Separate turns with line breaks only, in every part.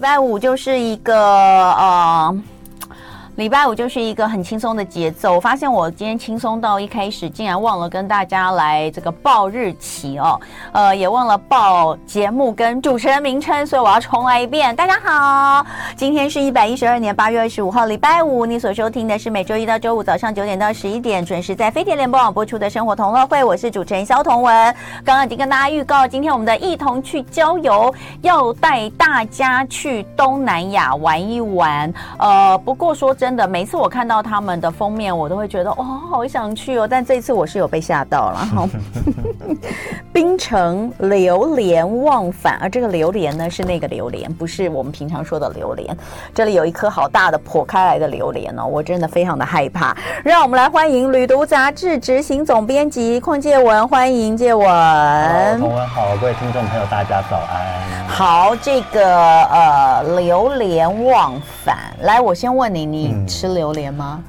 拜五就是一个呃，礼拜五就是一个很轻松的节奏。我发现我今天轻松到一开始竟然忘了跟大家来这个报日期哦，呃，也忘了报节目跟主持人名称，所以我要重来一遍。大家好，今天是一百一十二年八月二十五号，礼拜五。你所收听的是每周一到周五早上九点到十一点准时在飞碟联播网播出的《生活同乐会》，我是主持人肖同文。刚刚已经跟大家预告，今天我们的一同去郊游要带大家去东南亚玩一玩。呃，不过说真的，每次我看到他们的封面，我都会觉得哦，好想去哦。但这次我是有被吓到了。 哈。冰城榴莲忘返，而这个榴莲呢是那个榴莲，不是我们平常说的榴莲。这里有一颗好大的破开来的榴莲哦，我真的非常的害怕。让我们来欢迎《旅读》杂志执行总编辑邝介文，欢迎介文。嗯
Hello，同文好，各位听众朋友，大家早安。
好，这个呃榴莲忘返，来，我先问你，你
嗯
吃榴莲吗？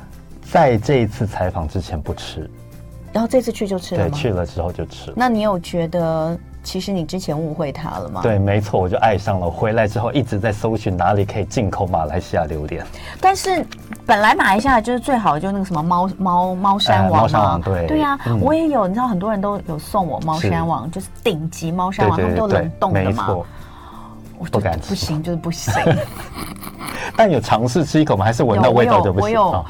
在这一次采访之前不吃，
然后这次去就吃了
对，
吗？
去了之后就吃了。
那你有觉得其实你之前误会它了吗？
对，没错，我就爱上了。回来之后一直在搜寻哪里可以进口马来西亚榴莲。
但是本来马来西亚就是最好，就那个什么猫猫猫山
哎
王嘛，
猫山王对
呀、
嗯
我也有，你知道很多人都有送我猫
是
山王，就是顶级猫山
对
王，他
对
们都
对
冷冻的
没
嘛
错，。
我
不
就
敢吃
不行，就是不 行，
但有尝试吃一口吗？还是闻
有
到
我
味道
有
就不
我
行？
有
哦。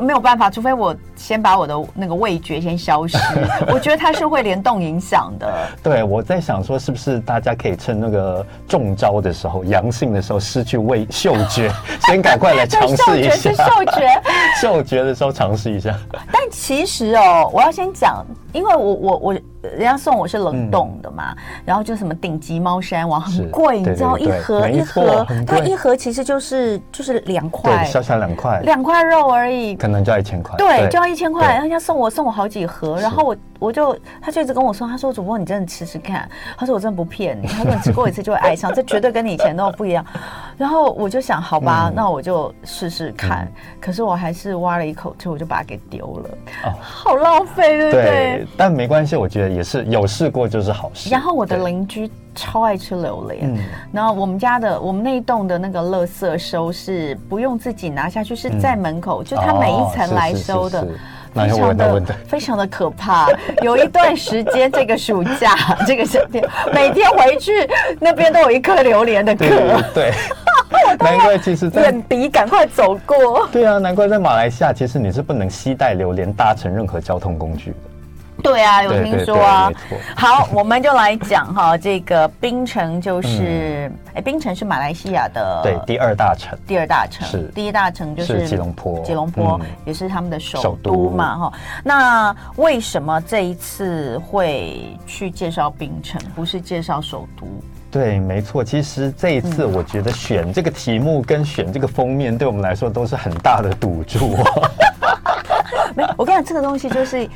没有办法，除非我先把我的那个味觉先消失。我觉得它是会联动影响的。
对，我在想说，是不是大家可以趁那个中招的时候，阳性的时候失去味嗅觉， 先赶 快来
这嗅
尝试一
觉是
下。
嗅觉，
嗅觉的时候尝试一下。
但其实哦，我要先讲，因为我我我人家送我是冷冻的嘛，然后就什么顶级猫山王
嗯是
很贵，你
对
知道
对
一
对
盒
没
一
错
盒，
很
它
贵
一盒其实就是就是两
对，
块，
小小两块，
两块肉而已。
可能就要一千块。
对，就要一千块，
对
然后人家送我送我好几盒，然后我我就他就一直跟我说，他说主播你真的吃吃看，他说我真的不骗 你，他说你吃过一次就会爱上，这绝对跟你以前都不一样。然后我就想，好吧，
嗯
那我就试试看。可是我还是挖了一口气，我就把它给丢了，
哦
好浪费， 对不对？
对，但没关系，我觉得也是有试过就是好事。
然后我的
对，
邻居超爱吃榴莲，
嗯
然后我们家的我们那一栋的那个垃圾收是不用自己拿下去，是在门口，就他每一层来收的。
哦嗯是是是是那
非
要
常
问
的
的 问的，
非常的可 怕。有一段时间，这个暑假， 这个夏天，每天回去那边都有一颗榴莲的
对对
壳，
对，难怪其实在
远比赶快走过。
对啊，难怪在马来西亚，其实你是不能携带榴莲搭乘任何交通工具的。
对啊，有
对
听
对
说
对
啊
没。错
好，我们就来讲哈，这个槟城就是，哎、槟城是马来西亚的
嗯对，第二大城，
第二大城，
是
第一大城就是
是吉隆坡
吉隆坡、
嗯
也是他们的首
首
都
都
嘛，哈。那为什么这一次会去介绍槟城，不是介绍首都？
对，没错。其实这一次，我觉得选这个题目跟选这个封面，对我们来说都是很大的赌注哦。
没有，我跟你讲，这个东西就是，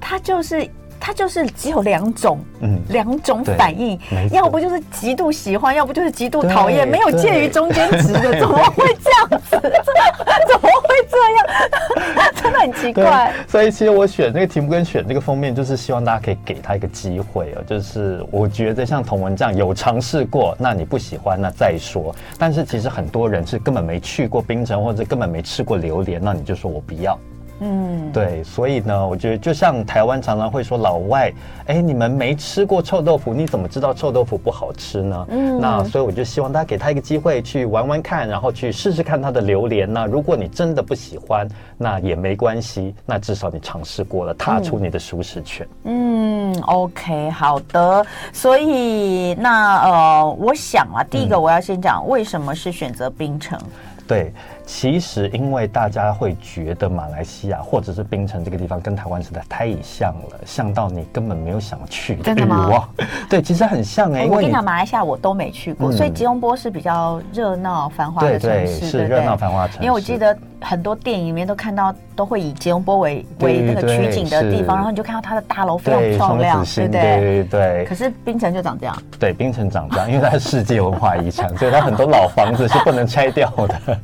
它就是。它就是只有两种，
嗯
两种
对
反应
没，错
要不就是极度喜欢，要不就是极度讨厌，
对
没有
对
介于中间值的，
对
怎么会这样子？ 怎么会这样？真的很奇
对
怪。，
所以其实我选这个题目跟选这个封面，就是希望大家可以给他一个机会哦。就是我觉得像童文这样有尝试过，那你不喜欢那再说。但是其实很多人是根本没去过冰城，或者根本没吃过榴莲，那你就说我不要。
嗯，
对，所以呢，我觉得就像台湾常常会说老外，哎，你们没吃过臭豆腐，你怎么知道臭豆腐不好吃呢？
嗯
那所以我就希望大家给他一个机会去玩玩看，然后去试试看他的榴莲那如果你真的不喜欢，那也没关系，那至少你尝试过了，踏出你的舒适圈。
嗯，OK，好的。所以那呃，我想啊，第一
嗯
个我要先讲为什么是选择槟城。
对，其实因为大家会觉得马来西亚或者是槟城这个地方跟台湾实在太像了，像到你根本没有想去的
真的
欲
吗哦
望。对，其实很像哎、因
我
为
跟你
你
讲，马来西亚我都没去过，
嗯
所以吉隆坡是比较热闹繁华的
对
城
对
市，
是热闹繁华城市
因为我记得很多电影里面都看到，都会以吉隆坡为为那个
对
取
对
景的地
是
方，然后你就看到它的大楼非常
对，
漂
双
亮对
子，星，
不
对
对？
对对
可是槟城就长这样，
对，冰城长这样，因为它是世界文化遗产，所以它很多老房子是不能拆掉
嗯
的。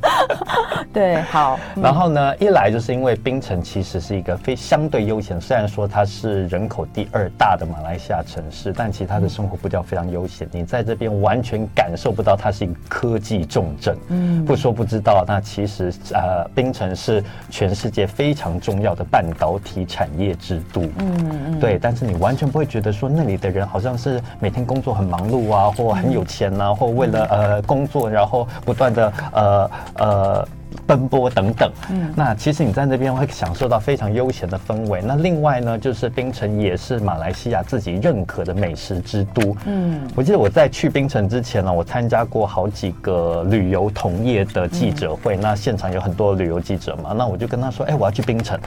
对，好，嗯
然后呢，一来就是因为槟城其实是一个非相对悠闲，虽然说它是人口第二大的马来西亚城市，但其实它的生活步调非常悠闲。你在这边完全感受不到它是一个科技重镇。嗯，不说不知道，那其实呃，槟城是全世界非常重要的半导体产业之都。嗯嗯，对，但是你完全不会觉得说那里的人好像是每天工作很忙碌啊，或很有钱啊，或为了呃工作然后不断的呃呃。奔波等等。嗯，那其实你在那边会享受到非常悠闲的氛围。那另外呢，就是槟城也是马来西亚自己认可的美食之都。嗯，我记得我在去槟城之前呢，我参加过好几个旅游同业的记者会，那现场有很多旅游记者嘛，那我就跟他说，哎、我要去槟城。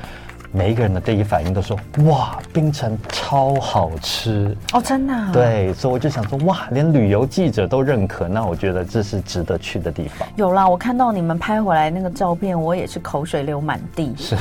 每一个人的第一反应都说：“哇，槟城超好吃。”
哦，真的啊，
对，所以我就想说，哇，连旅游记者都认可，那我觉得这是值得去的地方。
有啦，我看到你们拍回来那个照片，我也是口水流满地。是，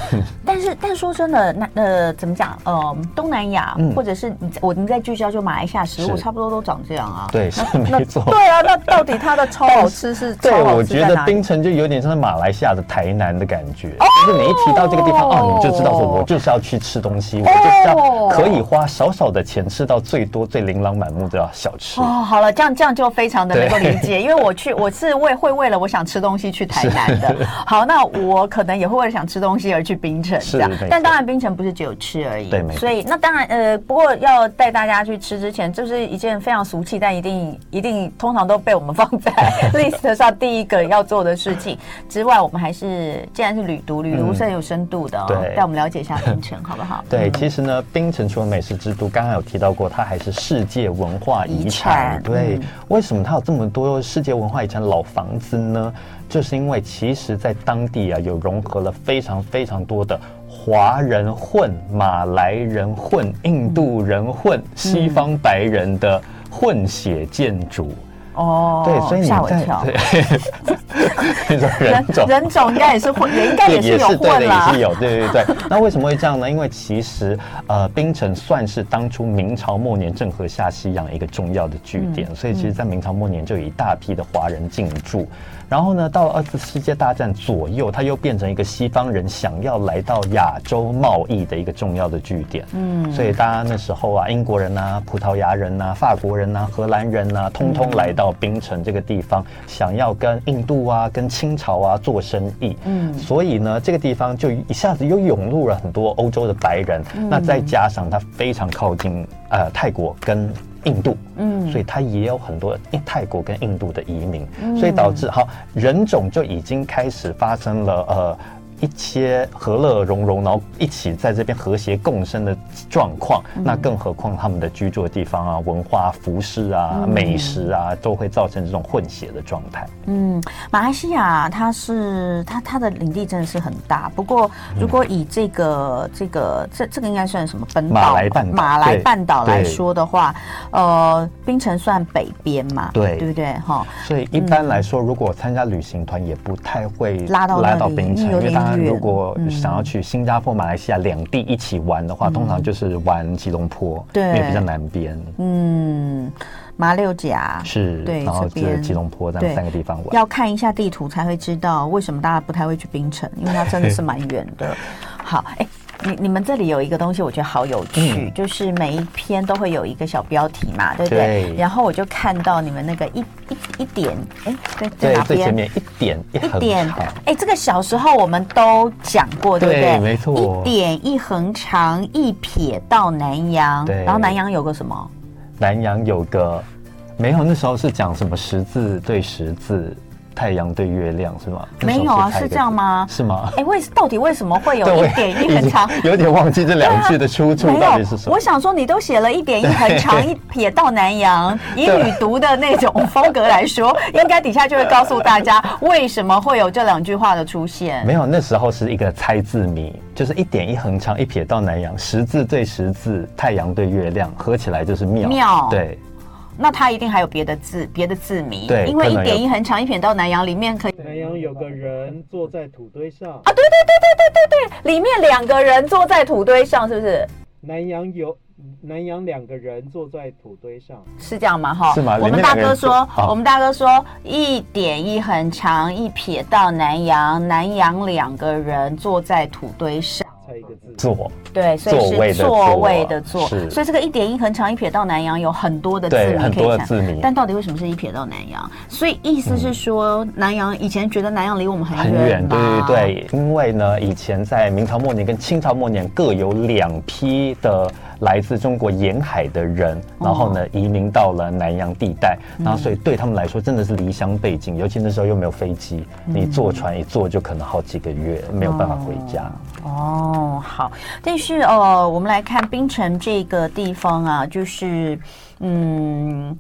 但是但说真的，那呃怎么讲？呃，东南亚、
嗯
或者是你在我你在聚焦就马来西亚食物，
是
差不多都长这样啊。
对，是没错。
对啊，那到底它的超好吃是
对，
超好
我
吃
觉
在哪
得
里？啊哦
槟城就有点像是马来西亚的台南的感觉，就是你一提到这个地方，哦，你就知道说我就是要去吃东西，我就是
哦
要可以花少少的钱吃到最多最琳琅满目的小吃。
哦，好了，这样这样就非常的能够
对
理解，因为我去我是为会为了我想吃东西去台南的，好，那我可能也会为了想吃东西而去槟城
是
这样
没错，
但当然槟城不是只有吃而已，
对没错
所以那当然呃，不过要带大家去吃之前，这是一件非常俗气，但一定一定通常都被我们放在 list 上第一个要做的事情之外，我们还是既然是旅读，旅读
嗯
是很有深度的、哦，
对
带我们了解一下槟城好不好？
对，其实呢，槟城除了美食之都，刚刚有提到过，它还是世界文化遗产。
遗产
对
嗯，
为什么它有这么多世界文化遗产老房子呢？就是因为其实在当地啊，有融合了非常非常多的。华人混、马来人混、印度人混、西方白人的混血建 筑，
哦，
对，所以你
吓我一
在
跳。
对，你说人种
人人种应该也是 混，也应该也是有
对的，
混
也
啦
是。有，对对对。 那为什么会这样呢？因为其实呃，槟城算是当初明朝末年郑和下西洋的一个重要的据
嗯
点，所以其实，在明朝末年就有一大批的华人进驻。然后呢，到了二次世界大战左右，它又变成一个西方人想要来到亚洲贸易的一个重要的据点。嗯，所以大家那时候啊，英国人呐、葡萄牙人呐、啊法国人呐、荷兰人呐、通
嗯
通来到槟城这个地方，想要跟印度啊、跟清朝啊做生意。嗯，所以呢，这个地方就一下子又涌入了很多欧洲的白人。那再加上它非常靠近呃泰国跟印度，嗯，所以它也有很多印泰国跟印度的移民，所以导致好人种就已经开始发生了呃。一些和乐融融，然后一起在这边和谐共生的状况，那更何况他们的居住的地方啊、文化、服饰啊、美食啊，都会造成这种混血的状态。
嗯，马来西亚它是它它的领地真的是很大，不过
嗯
如果以这个、这个这这个应该算什么本岛
马来半岛
马来
对
半岛来
对
说的话，呃，槟城算北边嘛，
对
对不对？哈，
所以一般来说，如果参加旅行团，也不太会
拉到那里
槟城，
因为有
因为
点
大
远
家
嗯
如果想要去新加坡、马来西亚两地一起玩的话，通常就是玩吉隆坡，
对
因为比较南边
嗯，马六甲
是，
对
然后
这
就是
边
吉隆坡这样
对
三个地方玩。
要看一下地图才会知道为什么大家不太会去槟城，因为它真的是蛮远的。 好，哎、你你们这里有一个东西，我觉得好有
嗯
趣，就是每一篇都会有一个小标题嘛，对不对？
对
然后我就看到你们那个一一一点，哎、在在
对
哪，
最
边？
前面一点一
一
横
点
长，
哎，这个小时候我们都讲过，对不对？
对没错
一点一横长一撇到南洋，
对
然后南洋有个什么？
南洋有个没有，那时候是讲什么十字对十字，太阳对月亮是吗？那时候
没有啊
开一
是
个
这样吗
是吗？
哎，为到底为什么会有
对我
一点一
已
横
经
长？
有点忘记这两句的出处
没
到底是什
有，
么
我。想说你都写了一点一横长一撇到南洋，以
对
女读的那种风格来说， 应该底下就会告诉大家为什么会有这两句话的出现。
没有，那时候是一个猜字谜，就是一点一横长一撇到南洋，十字对十字，太阳对月亮，合起来就是庙。
庙
对，
那它一定还有别的字，别的字谜。
对
因为
可
一
能有
点一横长一撇到南洋里面可以
南阳有个人坐在土堆上，
啊，对对对对对对对，里面两个人坐在土堆上，是不是？
南阳有南阳两个人坐在土堆上，
是这样吗？哈，
是吗
我
里
们
面
大
两个
哥
人坐
说，
好
我们大哥说，一点一横长一撇到南洋，南洋两个人坐在土堆上。
猜一个字。
做
对，所以
座位
是
的
座
座
位的座，
是
所以这个一点一横长一撇到南洋有很多的字
对
谜
很
可以
多的
看
字谜
但到底为什么是一撇到南洋？所以意思是说，南洋以前觉得南洋离我们很远
对
嘛，
对对，因为呢，以前在明朝末年跟清朝末年各有两批的来自中国沿海的人，
哦
然后呢移民到了南洋地带，
嗯
然后所以对他们来说真的是离乡背景，尤其那时候又没有飞机，
嗯
你坐船一坐就可能好几个月没有办法回家。
哦，好，但是呃，我们来看冰城这个地方啊，就是嗯，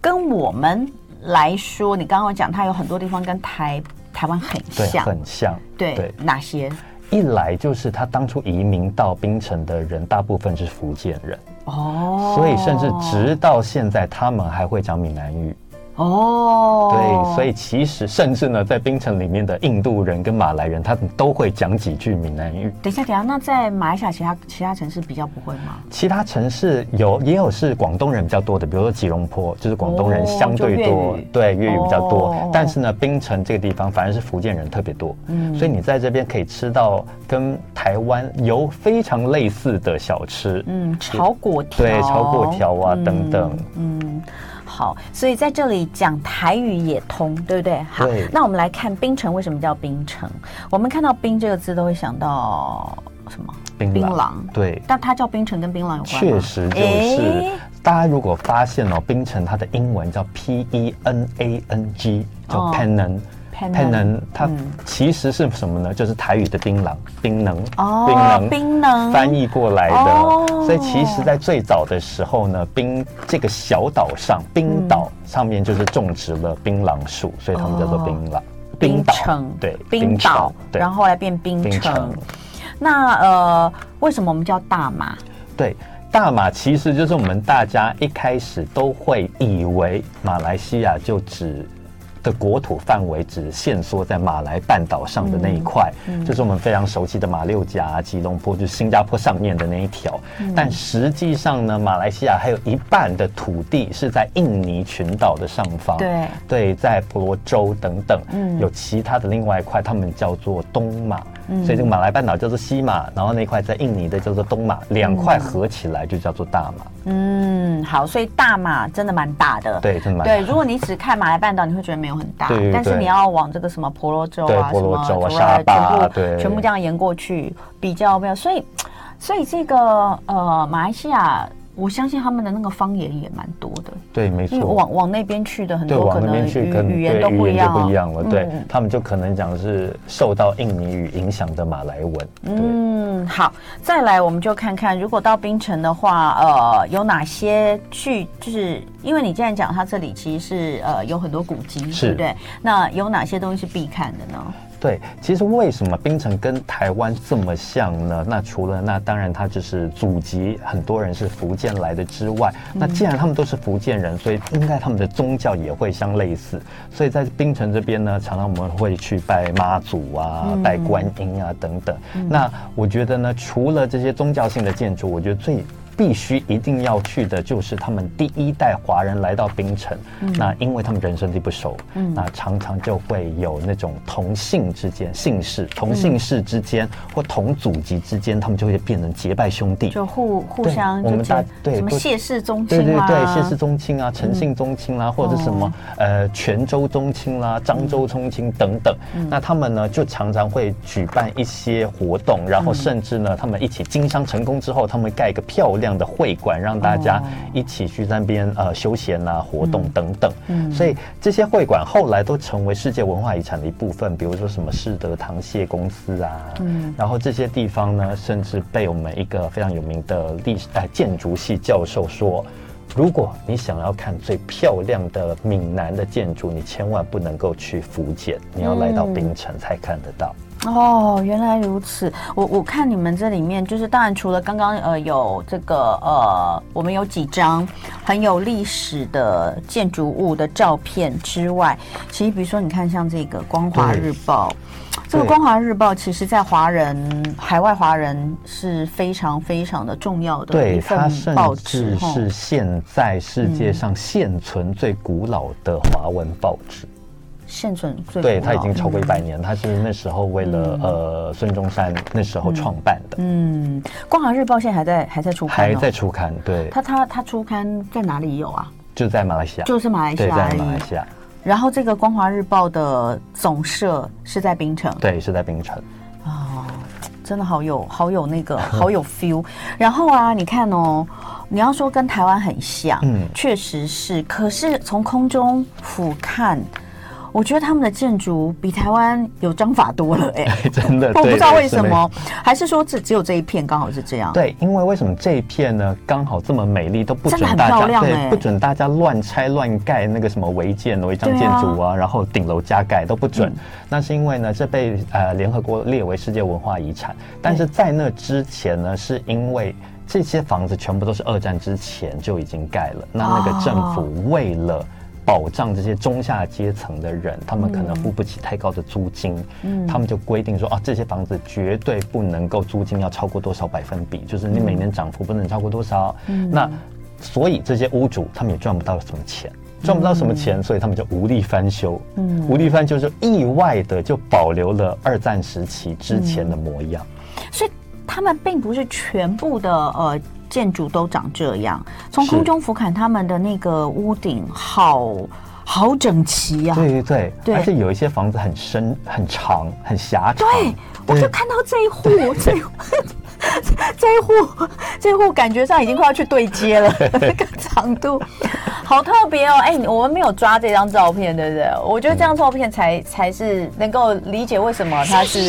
跟我们来说，你刚刚讲它有很多地方跟台台湾很
对，
像，
很像。
对
对
哪些？
一来就是他当初移民到槟城的人，大部分是福建人，
哦，
所以甚至直到现在，他们还会讲闽南语。
哦，
对，所以其实甚至呢，在槟城里面的印度人跟马来人，他们都会讲几句闽南语。
等一下，等一下，那在马来西亚其他其他城市比较不会吗？
其他城市有也有是广东人比较多的，比如说吉隆坡，就是广东人
哦
相对多，
就粤语
对粤语比较多。
哦
但是呢，槟城这个地方反而是福建人特别多，
嗯
所以你在这边可以吃到跟台湾有非常类似的小吃，
嗯，炒粿条，
对，炒粿条啊、等等。
嗯，好，所以在这里讲台语也通，对不对？好
对，
那我们来看冰城为什么叫冰城？我们看到“冰”这个字都会想到什么？
槟
槟
榔
榔。
对，
但它叫冰城跟槟榔有关吗？
确实就是
诶。
大家如果发现哦，槟城它的英文叫 P E N A N G，叫
哦
Penang。
Penang
Penang 它
嗯
其实是什么呢？就是台语的槟榔，槟榔，
哦槟榔
翻译过来
哦
的。所以其实，在最早的时候呢，槟这个小岛上，冰岛
嗯
上面就是种植了槟榔树，所以他们叫做槟榔。
哦冰
岛
城，
对，
冰岛，
对
然后后来变冰
槟
城
城。
那呃，为什么我们叫大马？
对，大马其实就是我们大家一开始都会以为马来西亚就只。的国土范围只限缩在马来半岛上的那一块，就是我们非常熟悉的马六甲、吉隆坡，就是新加坡上面的那一条。但实际上呢，马来西亚还有一半的土地是在印尼群岛的上方，
对
对，在婆罗洲等等，
嗯
有其他的另外一块，他们叫做东马，所以这个马来半岛叫做西马，然后那一块在印尼的叫做东马，两块合起来就叫做大马。
嗯，好，所以大马真的蛮大的。
对，真的蛮
对，如果你只看马来半岛，你会觉得没有很大，
对对
但是
对
你要往这个什么婆罗洲啊、
对婆罗洲
什
啊
么
沙巴啊
全部
对
全部这样沿过去，比较没有。所以，所以这个呃，马来西亚，我相信他们的那个方言也蛮多的，
对，没
因为
错。
往往那边去的很
对，
多可
往那
能
边去跟
语语言
对
都不
语
一
言
样
就
哦，
不一样了，对
嗯
他们就可能讲是受到印尼语影响的马来文。对，
嗯，好，再来我们就看看，如果到槟城的话，呃，有哪些去？就是因为你既然讲它这里其实是呃有很多古迹，
是
对不对？那有哪些东西是必看的呢？
对，其实为什么槟城跟台湾这么像呢？那除了那当然它就是祖籍很多人是福建来的之外，那既然他们都是福建人，所以应该他们的宗教也会相类似。所以在槟城这边呢，常常我们会去拜妈祖啊、拜观音啊等等。那我觉得呢，除了这些宗教性的建筑，我觉得最必须一定要去的就是他们第一代华人来到槟城，
嗯
那因为他们人生地不熟，那常常就会有那种同姓之间、姓氏、
嗯
同姓氏之间、或同祖籍之间，他们就会变成结拜兄弟。
就互互
对
相
我
就
们
觉
大
得
对
什么
都
谢氏宗
对
亲嗯哦
对
啦、
对，谢氏宗亲啊，陈姓宗亲啦、或者是什么、呃泉州宗亲
嗯
啦、漳州宗亲等等。那他们呢，就常常会举办一些活动，然
嗯
后甚至呢，他们一起经商成功之后，他们盖一个漂亮的会馆，让大
哦
家一起去那边呃休闲啊、活动等等。所以这些会馆后来都成为世界文化遗产的一部分，比如说什么士德堂谢公司啊，然后这些地方呢，甚至被我们一个非常有名的历史呃建筑系教授说。如果你想要看最漂亮的闽南的建筑，你千万不能够去福建，你要来到槟城才看得到。
哦，原来如此。我我看你们这里面，就是当然除了刚刚呃有这个呃，我们有几张很有历史的建筑物的照片之外，其实比如说你看像这个《光华
对
日报》，这个《
对
光华日报》其实在华人海外华人是非常非常的重要的一
对，它
份
甚
报纸
至
吼
是现在世界上现存最古老的华文报纸。
现存最
对，
古
它已
老
经超过一百年，它是那时候为了呃孙中山那时候创办的，
嗯，《光华日报》现在还在还在出刊、哦，
还在出刊，对，
它它它出刊在哪里有啊？
就在马来西亚，
嗯就是马来西
对，
亚
在
而
马来
已。
西亚，
然后这个《光华日报》的总社是在槟城，
对，是在槟城，
真的好有好有那个好有 feel。然后啊，你看哦，你要说跟台湾很像，
嗯
确实是。可是从空中俯瞰，我觉得他们的建筑比台湾有章法多了哎、
真的，
我不
对
知道为什。
对是没
么，还是说只只有这一片刚好是这样？
对，因为为什么这一片呢刚好这么美丽，都不
真
准
的很
大
漂
家、
亮欸
对，不准大家乱拆乱盖那个什么违建、违章
对啊
建筑啊，然后顶楼加盖都不
嗯
准。那是因为呢，这被呃联合国列为世界文化遗产，但是在那之前呢，是因为。这些房子全部都是二战之前就已经盖了，那那
哦
个政府为了保障这些中下阶层的人，他们可能付不起太高的租金，
嗯
他们就规定说啊，这些房子绝对不能够租金要超过多少百分比，就是你每年涨幅不能超过多少。
嗯
那所以这些屋主他们也赚不到什么钱。
嗯
赚不到什么钱，所以他们就无力翻修。无力翻修就意外的就保留了二战时期之前的模样。
所以他们并不是全部的呃建筑都长这样。从空中俯瞰他们的那个屋顶好，好整齐啊呀、
对对对，
嗯对
而且有一些房子很深、很长、很狭长。嗯
对，我就看到这一户，这一户。这一户，这一户感觉上已经快要去对接 了，那个长度好特别哦！哎、我们没有抓这张照片，对不对？我觉得这张照片
嗯
才才是能够理解为什么它是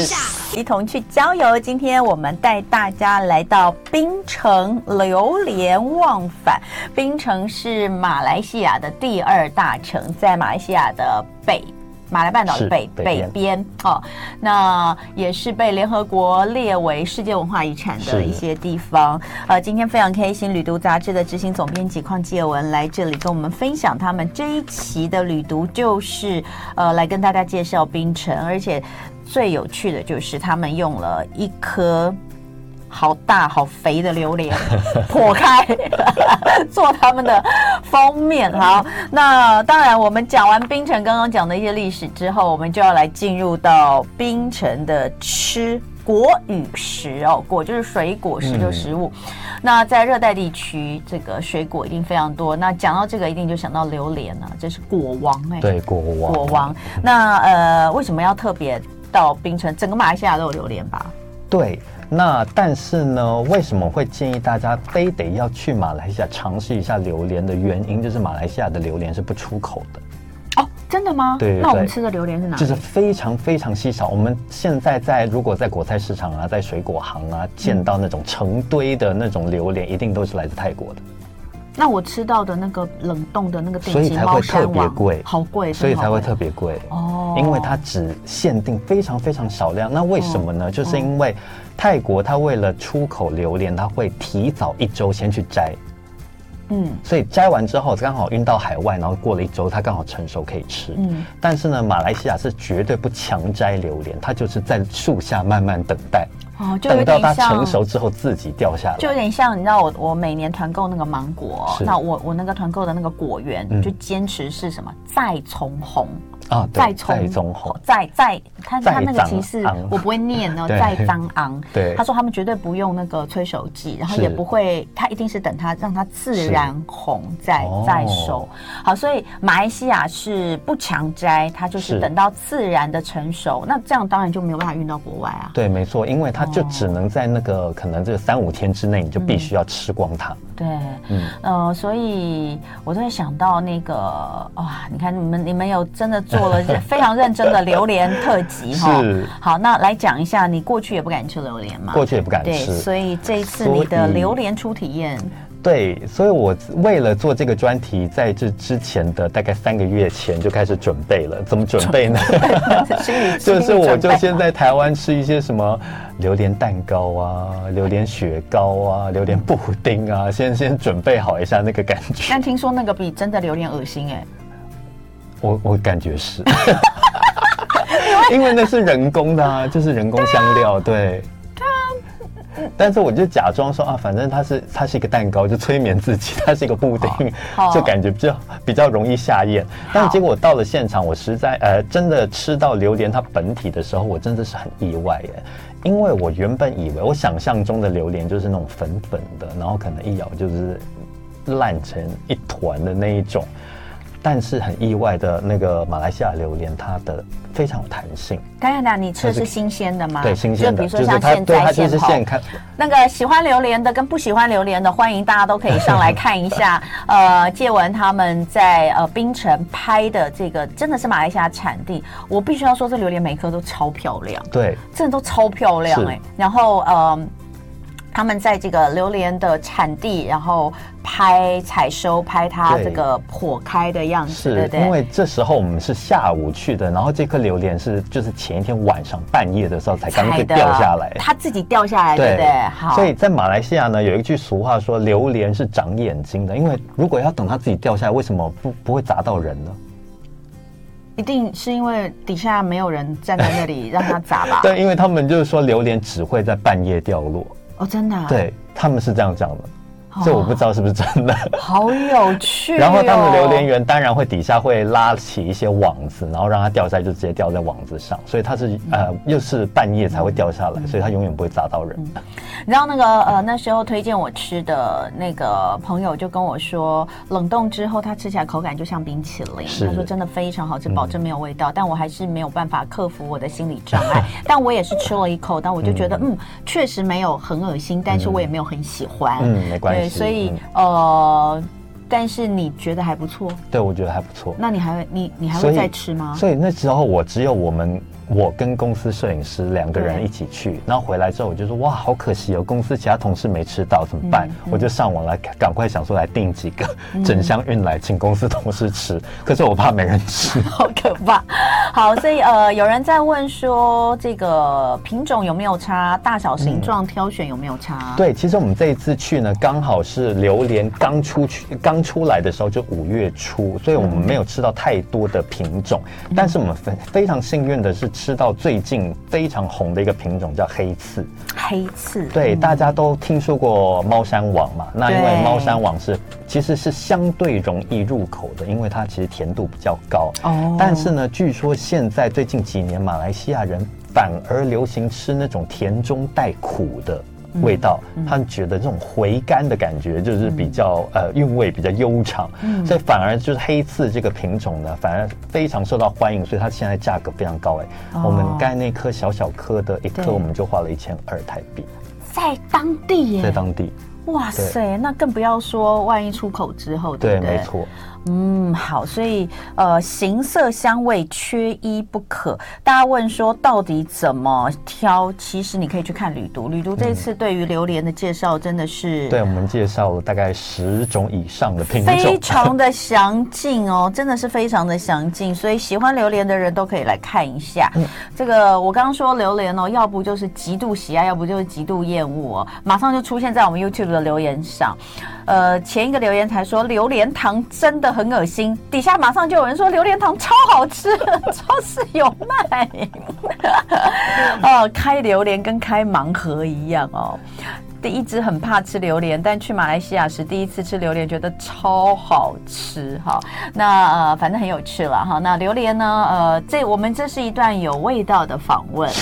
一同去郊游。今天我们带大家来到槟城流连忘返，槟城是马来西亚的第二大城，在马来西亚的北。马来半岛的
是
北北
北边
边哦，那也是被联合国列为世界文化遗产的
是
一些地方。呃，今天非常开心，《旅读》杂志的执行总编辑邝介文来这里跟我们分享他们这一期的《旅读》，就是呃来跟大家介绍冰城，而且最有趣的就是他们用了一颗。好大好肥的榴莲， 破开 做他们的封面。好，那当然，我们讲完冰城刚刚讲的一些历史之后，我们就要来进入到冰城的吃果与食哦，果就是水果，食就是食物。
嗯
那在热带地区，这个水果一定非常多。那讲到这个，一定就想到榴莲啊，这是果王哎、
对，国王，
果王。那呃，为什么要特别到冰城？整个马来西亚都有榴莲吧？
对，那但是呢，为什么会建议大家非得要去马来西亚尝试一下榴莲的原因，就是马来西亚的榴莲是不出口的，
哦，真的吗？
对
那我们
对
吃的榴莲是哪里？
就是非常非常稀少。我们现在在如果在果菜市场啊，在水果行啊，见到那种成堆的那种榴莲，一定都是来自泰国的，
那我吃到的那个冷冻的那个
所
顶
以
级
才
猫
会特
山
别
王，
贵
好贵，
所以
真的
才
好
会
贵
特别贵。
哦
因为它只限定非常非常少量。那为什么呢？就是因为泰国它为了出口榴莲，它会提早一周先去摘，
嗯
所以摘完之后刚好运到海外，然后过了一周它刚好成熟可以吃。
嗯
但是呢，马来西亚是绝对不强摘榴莲，它就是在树下慢慢等待，
哦，就有
等到它
点像
成熟之后自己掉下
就有
来。
点像你知道我我每年团购那个芒果，
是
那我我那个团购的那个果园、
嗯
就坚持是什么再从红。
啊，对
再从
再从红，
再再，他
再
他那个
长
其实
昂
我不会念哦，
对
再张昂。
对
他说他们绝对不用那个催熟剂，然后
是
也不会，他一定是等它让它自然红再
哦
再熟。好，所以马来西亚是不强摘，它就是
是
等到自然的成熟，那这样当然就没有办法运到国外啊。
对，没错，因为它就只能在那个可能这个三五天之内，你就必须要吃光它。
对，
嗯
呃，所以我都会想到那个哇，你看你们你们有真的做 了非常认真的榴莲特辑哈
是。
好，那来讲一下，你过去也不敢吃榴莲嘛？
过去也不敢
对，
吃。
所以这一次
所
你的
以嗯
榴莲初体验，
对，所以我为了做这个专题，在这之前的大概三个月前就开始准备了。怎么准备呢？
心 里
就是
心里
我
准备
就先在台湾吃一些什么榴莲蛋糕啊、榴莲雪糕啊、榴莲布丁啊，先先准备好一下那个感觉。
但听说那个比真的榴莲恶心哎、
我我感 觉是，因为那是人工的啊，就是人工香料，对。
啊
但是我就假装说啊，反正它是它是一个蛋糕，就催眠自己，它是一个布丁，
好
就感觉比较比较容易下咽。但结果到了现场，我实在呃真的吃到榴莲它本体的时候，我真的是很意外耶，因为我原本以为我想象中的榴莲就是那种粉粉的，然后可能一咬就是烂成一团的那一种。但是很意外的，那个马来西亚榴莲它的非常有弹性，
甘亚达，你吃的是
那是
新鲜的吗？
对新鲜
就比
的，
如说
就是
像
它
现
对它
在
就是
现
现
捧。
看，
那个喜欢榴莲的跟不喜欢榴莲的，欢迎大家都可以上来看一 下。呃，介文他们在呃槟城拍的这个真的是马来西亚产地，我必须要说这榴莲每一颗都超漂亮，
对
真的都超漂亮
是
哎、然后呃。他们在这个榴莲的产地，然后拍采收，拍它
对
这个破开的样子，对
是
不
因
对？
为这时候我们是下午去的，然后这颗榴莲是就是前一天晚上半夜的时候才刚
采
被
的
掉下来，
它自己掉下来，对不对？好，
所以在马来西亚呢，有一句俗话说榴莲是长眼睛的，因为如果要等它自己掉下来，为什么不不会砸到人呢？
一定是因为底下没有人站在那里让它砸吧？
对，因为他们就是说榴莲只会在半夜掉落，
哦，真的、啊，
对他们是这样讲的，
哦，
所以我不知道是不是真 的。
好有趣、哦。
然后他们榴莲园当然会底下会拉起一些网子，然后让它掉下来就直接掉在网子上，所以它是呃又是半夜才会掉下来，所以它永远不会砸到人。
你知道那个呃那时候推荐我吃的那个朋友就跟我说，冷冻之后它吃起来口感就像冰淇淋，
是
他说真的非常好吃，保证没有味道。但我还是没有办法克服我的心理障 碍，但我也是吃了一口，但我就觉得嗯确实没有很恶心，但是我也没有很喜欢。
嗯，没关
对，
系。
所以
嗯、
呃，但是你觉得还不错，
对我觉得还不错。
那你还会你你还
所
会
以
再吃吗？
所以那时候我只有我们，我跟公司摄影师两个人
对
一起去，然后回来之后我就说哇，好可惜哦，公司其他同事没吃到怎么办？我就上网来赶赶快想说来订几个整箱运来，请公司同事吃，可是我怕没人吃。
好可怕。好，所以呃，有人在问说，这个品种有没有差，大小形状挑选有没有差？，
对，其实我们这一次去呢，刚好是榴莲刚出去、刚出来的时候，就五月初，所以我们没有吃到太多的品种。但是我们非非常幸运的是，吃到最近非常红的一个品种叫黑刺。
黑刺。
对，大家都听说过猫山王嘛？那因
对
为猫山王是其实是相对容易入口的，因为它其实甜度比较高。
哦
但是呢，据说现在最近几年马来西亚人反而流行吃那种甜中带苦的。
嗯
味道，他们觉得这种回甘的感觉就是比较、
嗯
呃韵味比较悠长，所以反而就是黑刺这个品种呢，反而非常受到欢迎，所以它现在价格非常高哎、我们
哦
刚才那颗小小颗的一
对
颗，我们就花了一千二台币。
在当地耶，
在当地，
哇塞，那更不要说万一出口之后，对
对，
不对？
没。错，
嗯，好，所以呃，形色香味缺一不可。大家问说到底怎么挑？其实你可以去看旅读，旅读
嗯
这次对于榴莲的介绍真的是
对我们介绍了大概十种以上的品
非
种，
常的详尽哦，真的是非常的详尽，所以喜欢榴莲的人都可以来看一下。这个我刚刚说榴莲哦，要不就是极度喜爱，要不就是极度厌恶哦，马上就出现在我们 YouTube 的留言上。呃，前一个留言才说榴莲糖真的很恶心，底下马上就有人说榴莲糖超好吃， 超市有卖。 哦，开榴莲跟开盲盒一样哦。第一直很怕吃榴莲，但去马来西亚时第一次吃榴莲，觉得超好吃哈。那呃，反正很有趣了哈。那榴莲呢？呃，这我们这是一段有味道的访问。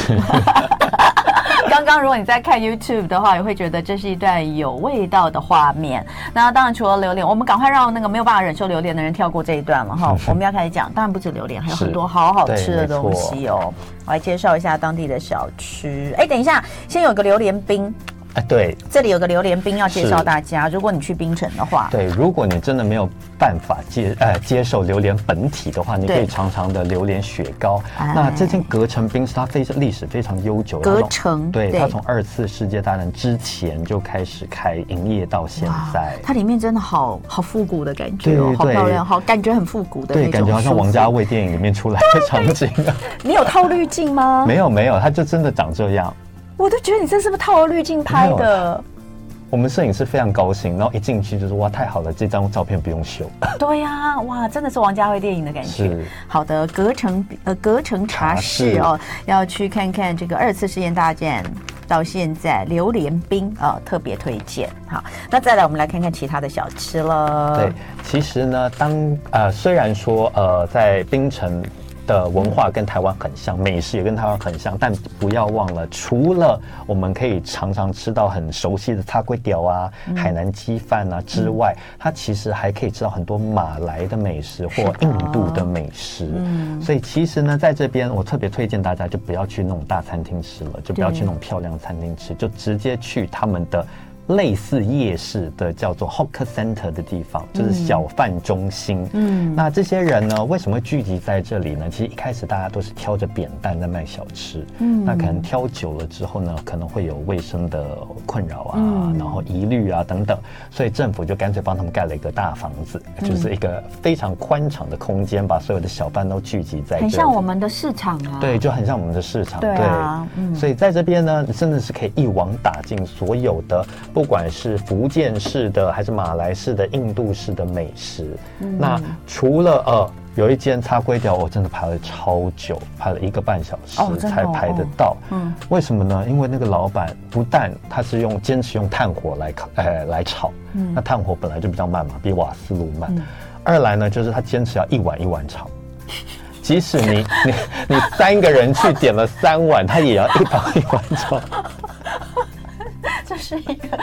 刚刚如果你在看 YouTube 的话，也会觉得这是一段有味道的画面。那当然，除了榴莲，我们赶快让那个没有办法忍受榴莲的人跳过这一段了哈。我们要开始讲，当然不止榴莲，还有
是
很多好好吃的
对没错
东西哦。我来介绍一下当地的小吃。哎，等一下，先有个榴莲冰。
哎，对
这里有个榴莲冰要介绍
是
大家，如果你去冰城的话，
对，如果你真的没有办法接呃接受榴莲本体的话，你可
对
以尝尝的榴莲雪糕。
哎
那这间隔城冰是它非历史非常悠久，
隔
它从
城
对
对
它从二次世界大战之前就开始开营业到现
哇
在。
它里面真的好好复古的感觉哦，
对
好
对
漂亮，好感觉很复古的那
对，
种。
感觉好像王家。卫电影里面出来的场景。
你有套滤镜吗？
没有没有，它就真的长这样。
我都觉得你这是不是套了滤镜拍的？
我们摄影师非常高兴，然后一进去就是哇，太好了，这张照片不用修。
对呀、哇，真的是王家卫电影的感觉
是。
好的，隔城呃隔城茶室
茶室
哦，要去看看这个二次世界大战。到现在，榴莲冰呃特别推荐。好，那再来我们来看看其他的小吃了。
对，，其实呢，当呃虽然说呃在槟城的文化跟台湾很像，美食也跟台湾很像，但不要忘了，除了我们可以常常吃到很熟悉的叉龟屌啊、海南鸡饭啊之外，它其实还可以吃到很多马来的美食或印度的美食。所以其实呢，在这边我特别推荐大家就不要去那种大餐厅吃了，就不要去那种漂亮餐厅吃，就直接去他们的。类似夜市的叫做 hawker center 的地方，就是小贩中心。嗯，那这些人呢，为什么聚集在这里呢？其实一开始大家都是挑着扁担在卖小吃，嗯，那可能挑久了之后呢，可能会有卫生的困扰啊，然后疑虑啊等等，所以政府就干脆帮他们盖了一个大房子，就是一个非常宽敞的空间，把所有的小贩都聚集在这
很
里，
像我们的市场啊。
对，就很像我们的市场。
对啊嗯
所以在这边呢，真的是可以一网打尽所有的，不管是福建式的，还是马来式的、印度式的美食。
嗯
那除了呃。有一间擦龟雕，我真的排了超久，排了一个半小时
哦真的哦
才排得到。
嗯
为什么呢？因为那个老板不但他是用坚持用炭火来烤，呃，来炒，
嗯
那炭火本来就比较慢嘛，比瓦斯炉慢。二来呢，就是他坚持要一碗一碗炒，即使你 你你三个人去点了三碗，他也要一包一碗 炒。
这是一个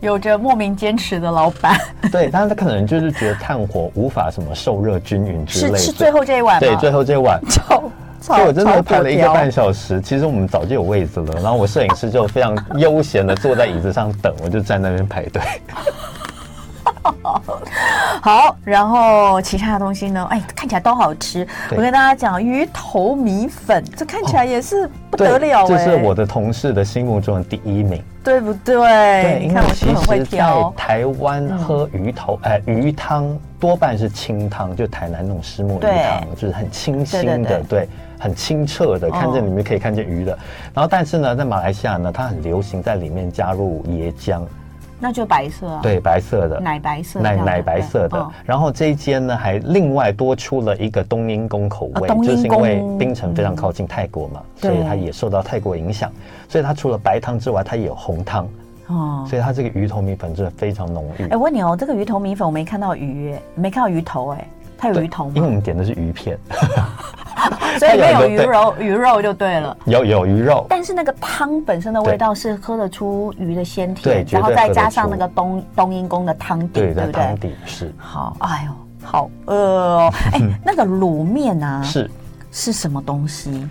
有着莫名坚持的老板，
对，但是他可能就是觉得炭火无法什么受热均匀之类
是
的。
是最后这一碗吗？
对最后这碗，
炒炒，
所以我真的
炒
排了一个
粿条
半小时。其实我们早就有位置了，然后我摄影师就非常悠闲的坐在椅子上等，我就站在那边排队。
好，然后其他的东西呢？哎，看起来都好吃。我
对
跟大家讲，鱼头米粉，这看起来也是不
对
得了
这
哎、
是我的同事的心目中的第一名。
对不对？
对，
你
因为
哎看我是
其
不是很会
实，在
挑。
台湾喝鱼头，哎、鱼汤多半是清汤，就台南那种石木鱼
对
汤，就是很清新的，
对对对哦
很清澈的，看见里面可以看见鱼的。然后，但是呢，在马来西亚呢，它很流行在里面加入椰浆，
哦那就白色啊，，
对，白色的。
奶白色这
奶
样的，
奶白色
对
的
嗯，
然后这一间呢还另外多出了一个冬阴功口
啊
味，
冬
就是
阴
因为
功
槟城非常靠近泰国嘛，所以
对
它也受到泰国影响，所以它除了白汤之外，它也有红汤，
哦。
所以它这个鱼头米粉真的非常浓郁。
哎，我问你哦，这个鱼头米粉我没看到鱼，哎没看到鱼头，哎，它有
对
鱼头
因为
吗
我？们点的是鱼片，
所以没
它
有
有
鱼
一个
肉，鱼肉就对了。
有有鱼肉，
但是那个汤本身的味道是喝得出鱼的鲜甜
对，绝对
然后再
喝得
加上
出
那个冬冬阴功的汤底，
对
对
的
不对
汤？底是
好，哎呦，好饿 哦！哎、那个卤面啊，
是。
是什么东西？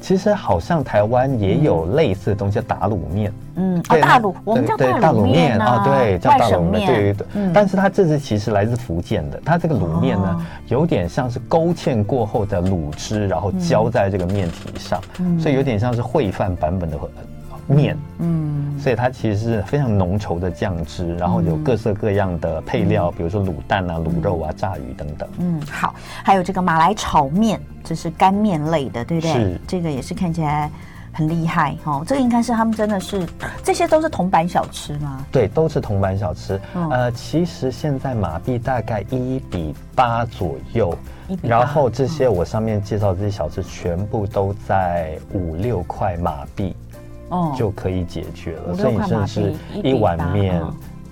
其实好像台湾也有类似的东西，叫打卤面。
嗯，哦，
对
大
那
卤，我们
对
叫
对
大卤面啊，
对，叫
外
大
省
卤面，对
面，
对
嗯
对。但是它这次其实来自福建的，它这个卤面
哦
呢，有点像是勾芡过后的卤汁，然后
嗯
浇在这个面体上，所以有点像是烩饭版本的呃面。
嗯，
所以它其实是非常浓稠的酱汁，然后有各色各样的配料，比如说卤蛋啊、卤肉啊、炸鱼等等。
嗯，好，还有这个马来炒面，这是干面类的，对不对？
是
这个也是看起来很厉害哦。这个应该是他们真的是，这些都是铜板小吃吗？
对，都是铜板小吃。
嗯
呃，其实现在马币大概一比八左右
1，比8嗯
然后这些我上面介绍的这些小吃全部都在五六块马币
哦，
就可以解决了，
五
所
六
以你
块马
甚至
币，
一
比
碗
八
面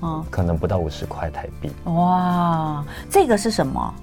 嗯，
可能不到五十块台币。
嗯哇，这个是什么？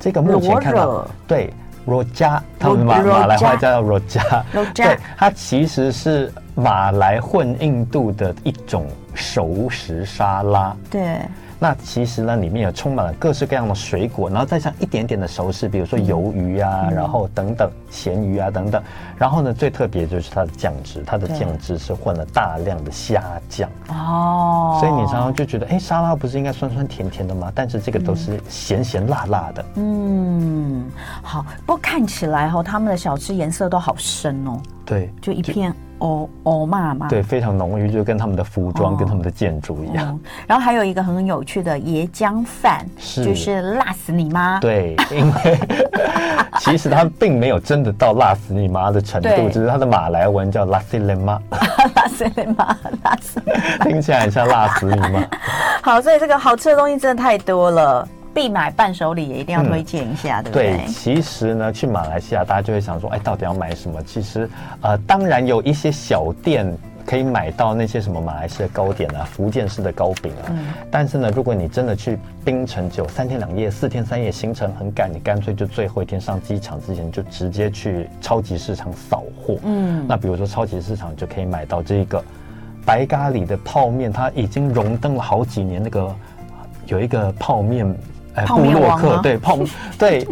这个目前看
罗
到
勒
对。罗加，他们马
罗
马来话
罗加
叫罗加，
肉
对
酱，
它其实是马来混印度的一种熟食沙拉。
对，
那其实呢，里面也充满了各式各样的水果，然后再上一点点的熟食，比如说鱿鱼啊，
嗯
然后等等咸鱼啊等等。然后呢，最特别就是它的酱汁，它的
对
酱汁是混了大量的虾酱，
哦，
所以你常常就觉得，哎，沙拉不是应该酸酸甜甜的吗？但是这个都是咸咸辣辣的。
嗯，好，不过看起来哦，他们的小吃颜色都好深哦，
对
就一片哦哦嘛嘛。
对，非常浓郁，就跟他们的服装、
哦
跟他们的建筑 一样。
嗯，然后还有一个很有趣的椰浆饭，
是
就是辣死你妈。
对，因为 其实他并没有真的到辣死你妈的程度，
对
只是他的马来文叫拉西雷妈，
辣死你妈，辣死你
听起来很像辣死你妈。
好，所以这个好吃的东西真的太多了，必买伴手礼也一定要推荐一下，对不对？
嗯对，其实呢，去马来西亚大家就会想说，哎，到底要买什么？其实，呃，当然有一些小店。可以买到那些什么马来西亚糕点啊、福建式的糕饼啊，但是呢，如果你真的去槟城只有三天两夜、四天三夜，行程很赶，你干脆就最后一天上机场之前就直接去超级市场扫货。
嗯
那比如说超级市场就可以买到这个白咖喱的泡面，它已经荣登了好几年那个有一个泡面。哎
泡面王吗
对泡对，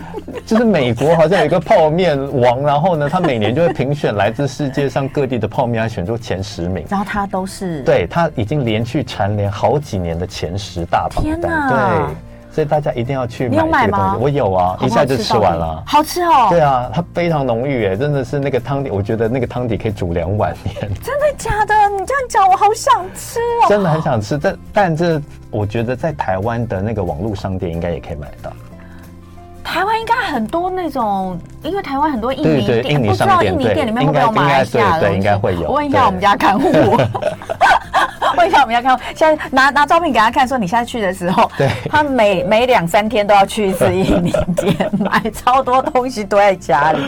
就是美国好像有一个泡面王，然后呢，他每年就会评选来自世界上各地的泡面，还选出前十名。
然后它都是，
对，他已经连续蝉联好几年的前十大榜
天
单。
哪
对，所以大家一定要去
你有
买这
买
个东
吗
西。我有啊，
好
一
不好
下
吃到底，
就吃完了。
好吃哦。
对啊，它非常浓郁诶，真的是那个汤底，我觉得那个汤底可以煮两碗面。
真的假的？你这样讲，我好想吃哦。
真的很想吃，但但这我觉得在台湾的那个网络商店应该也可以买到。
台湾应该很多那种，因为台湾很多印尼店，
对
哎
对印尼
不知道
商店
印尼
对
店里面会
应
不会
该
有马来西亚的东西
应该对对应该会有
我问一下
对
我们家看护。问 一下我们家看护，现在拿拿照片给他看，说你下次去的时候，
对
他每每两三天都要去一次印尼店，买超多东西都在家 里。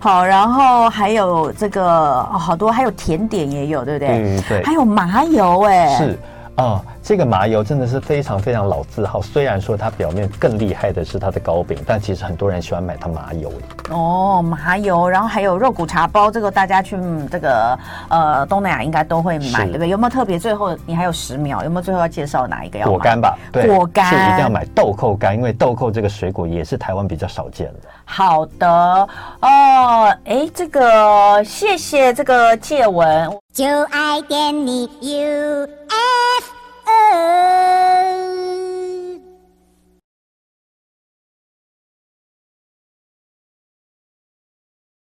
好，然后还有这个、哦好多，还有甜点也有，对不对？
嗯对
还有麻油哎、
是。啊、这个麻油真的是非常非常老字号。虽然说它表面更厉害的是它的糕饼，但其实很多人喜欢买它麻油。
哦，麻油，然后还有肉骨茶包，这个大家去、嗯这个呃东南亚应该都会
是
买，对不对？有没有特别？最后你还有十秒，有没有最后要介绍哪一个要买？
果干吧，对，
果干
是一定要买豆蔻干，因为豆蔻这个水果也是台湾比较少见的。
好的，哦，哎，这个谢谢这个借文。
就爱点你 UFO。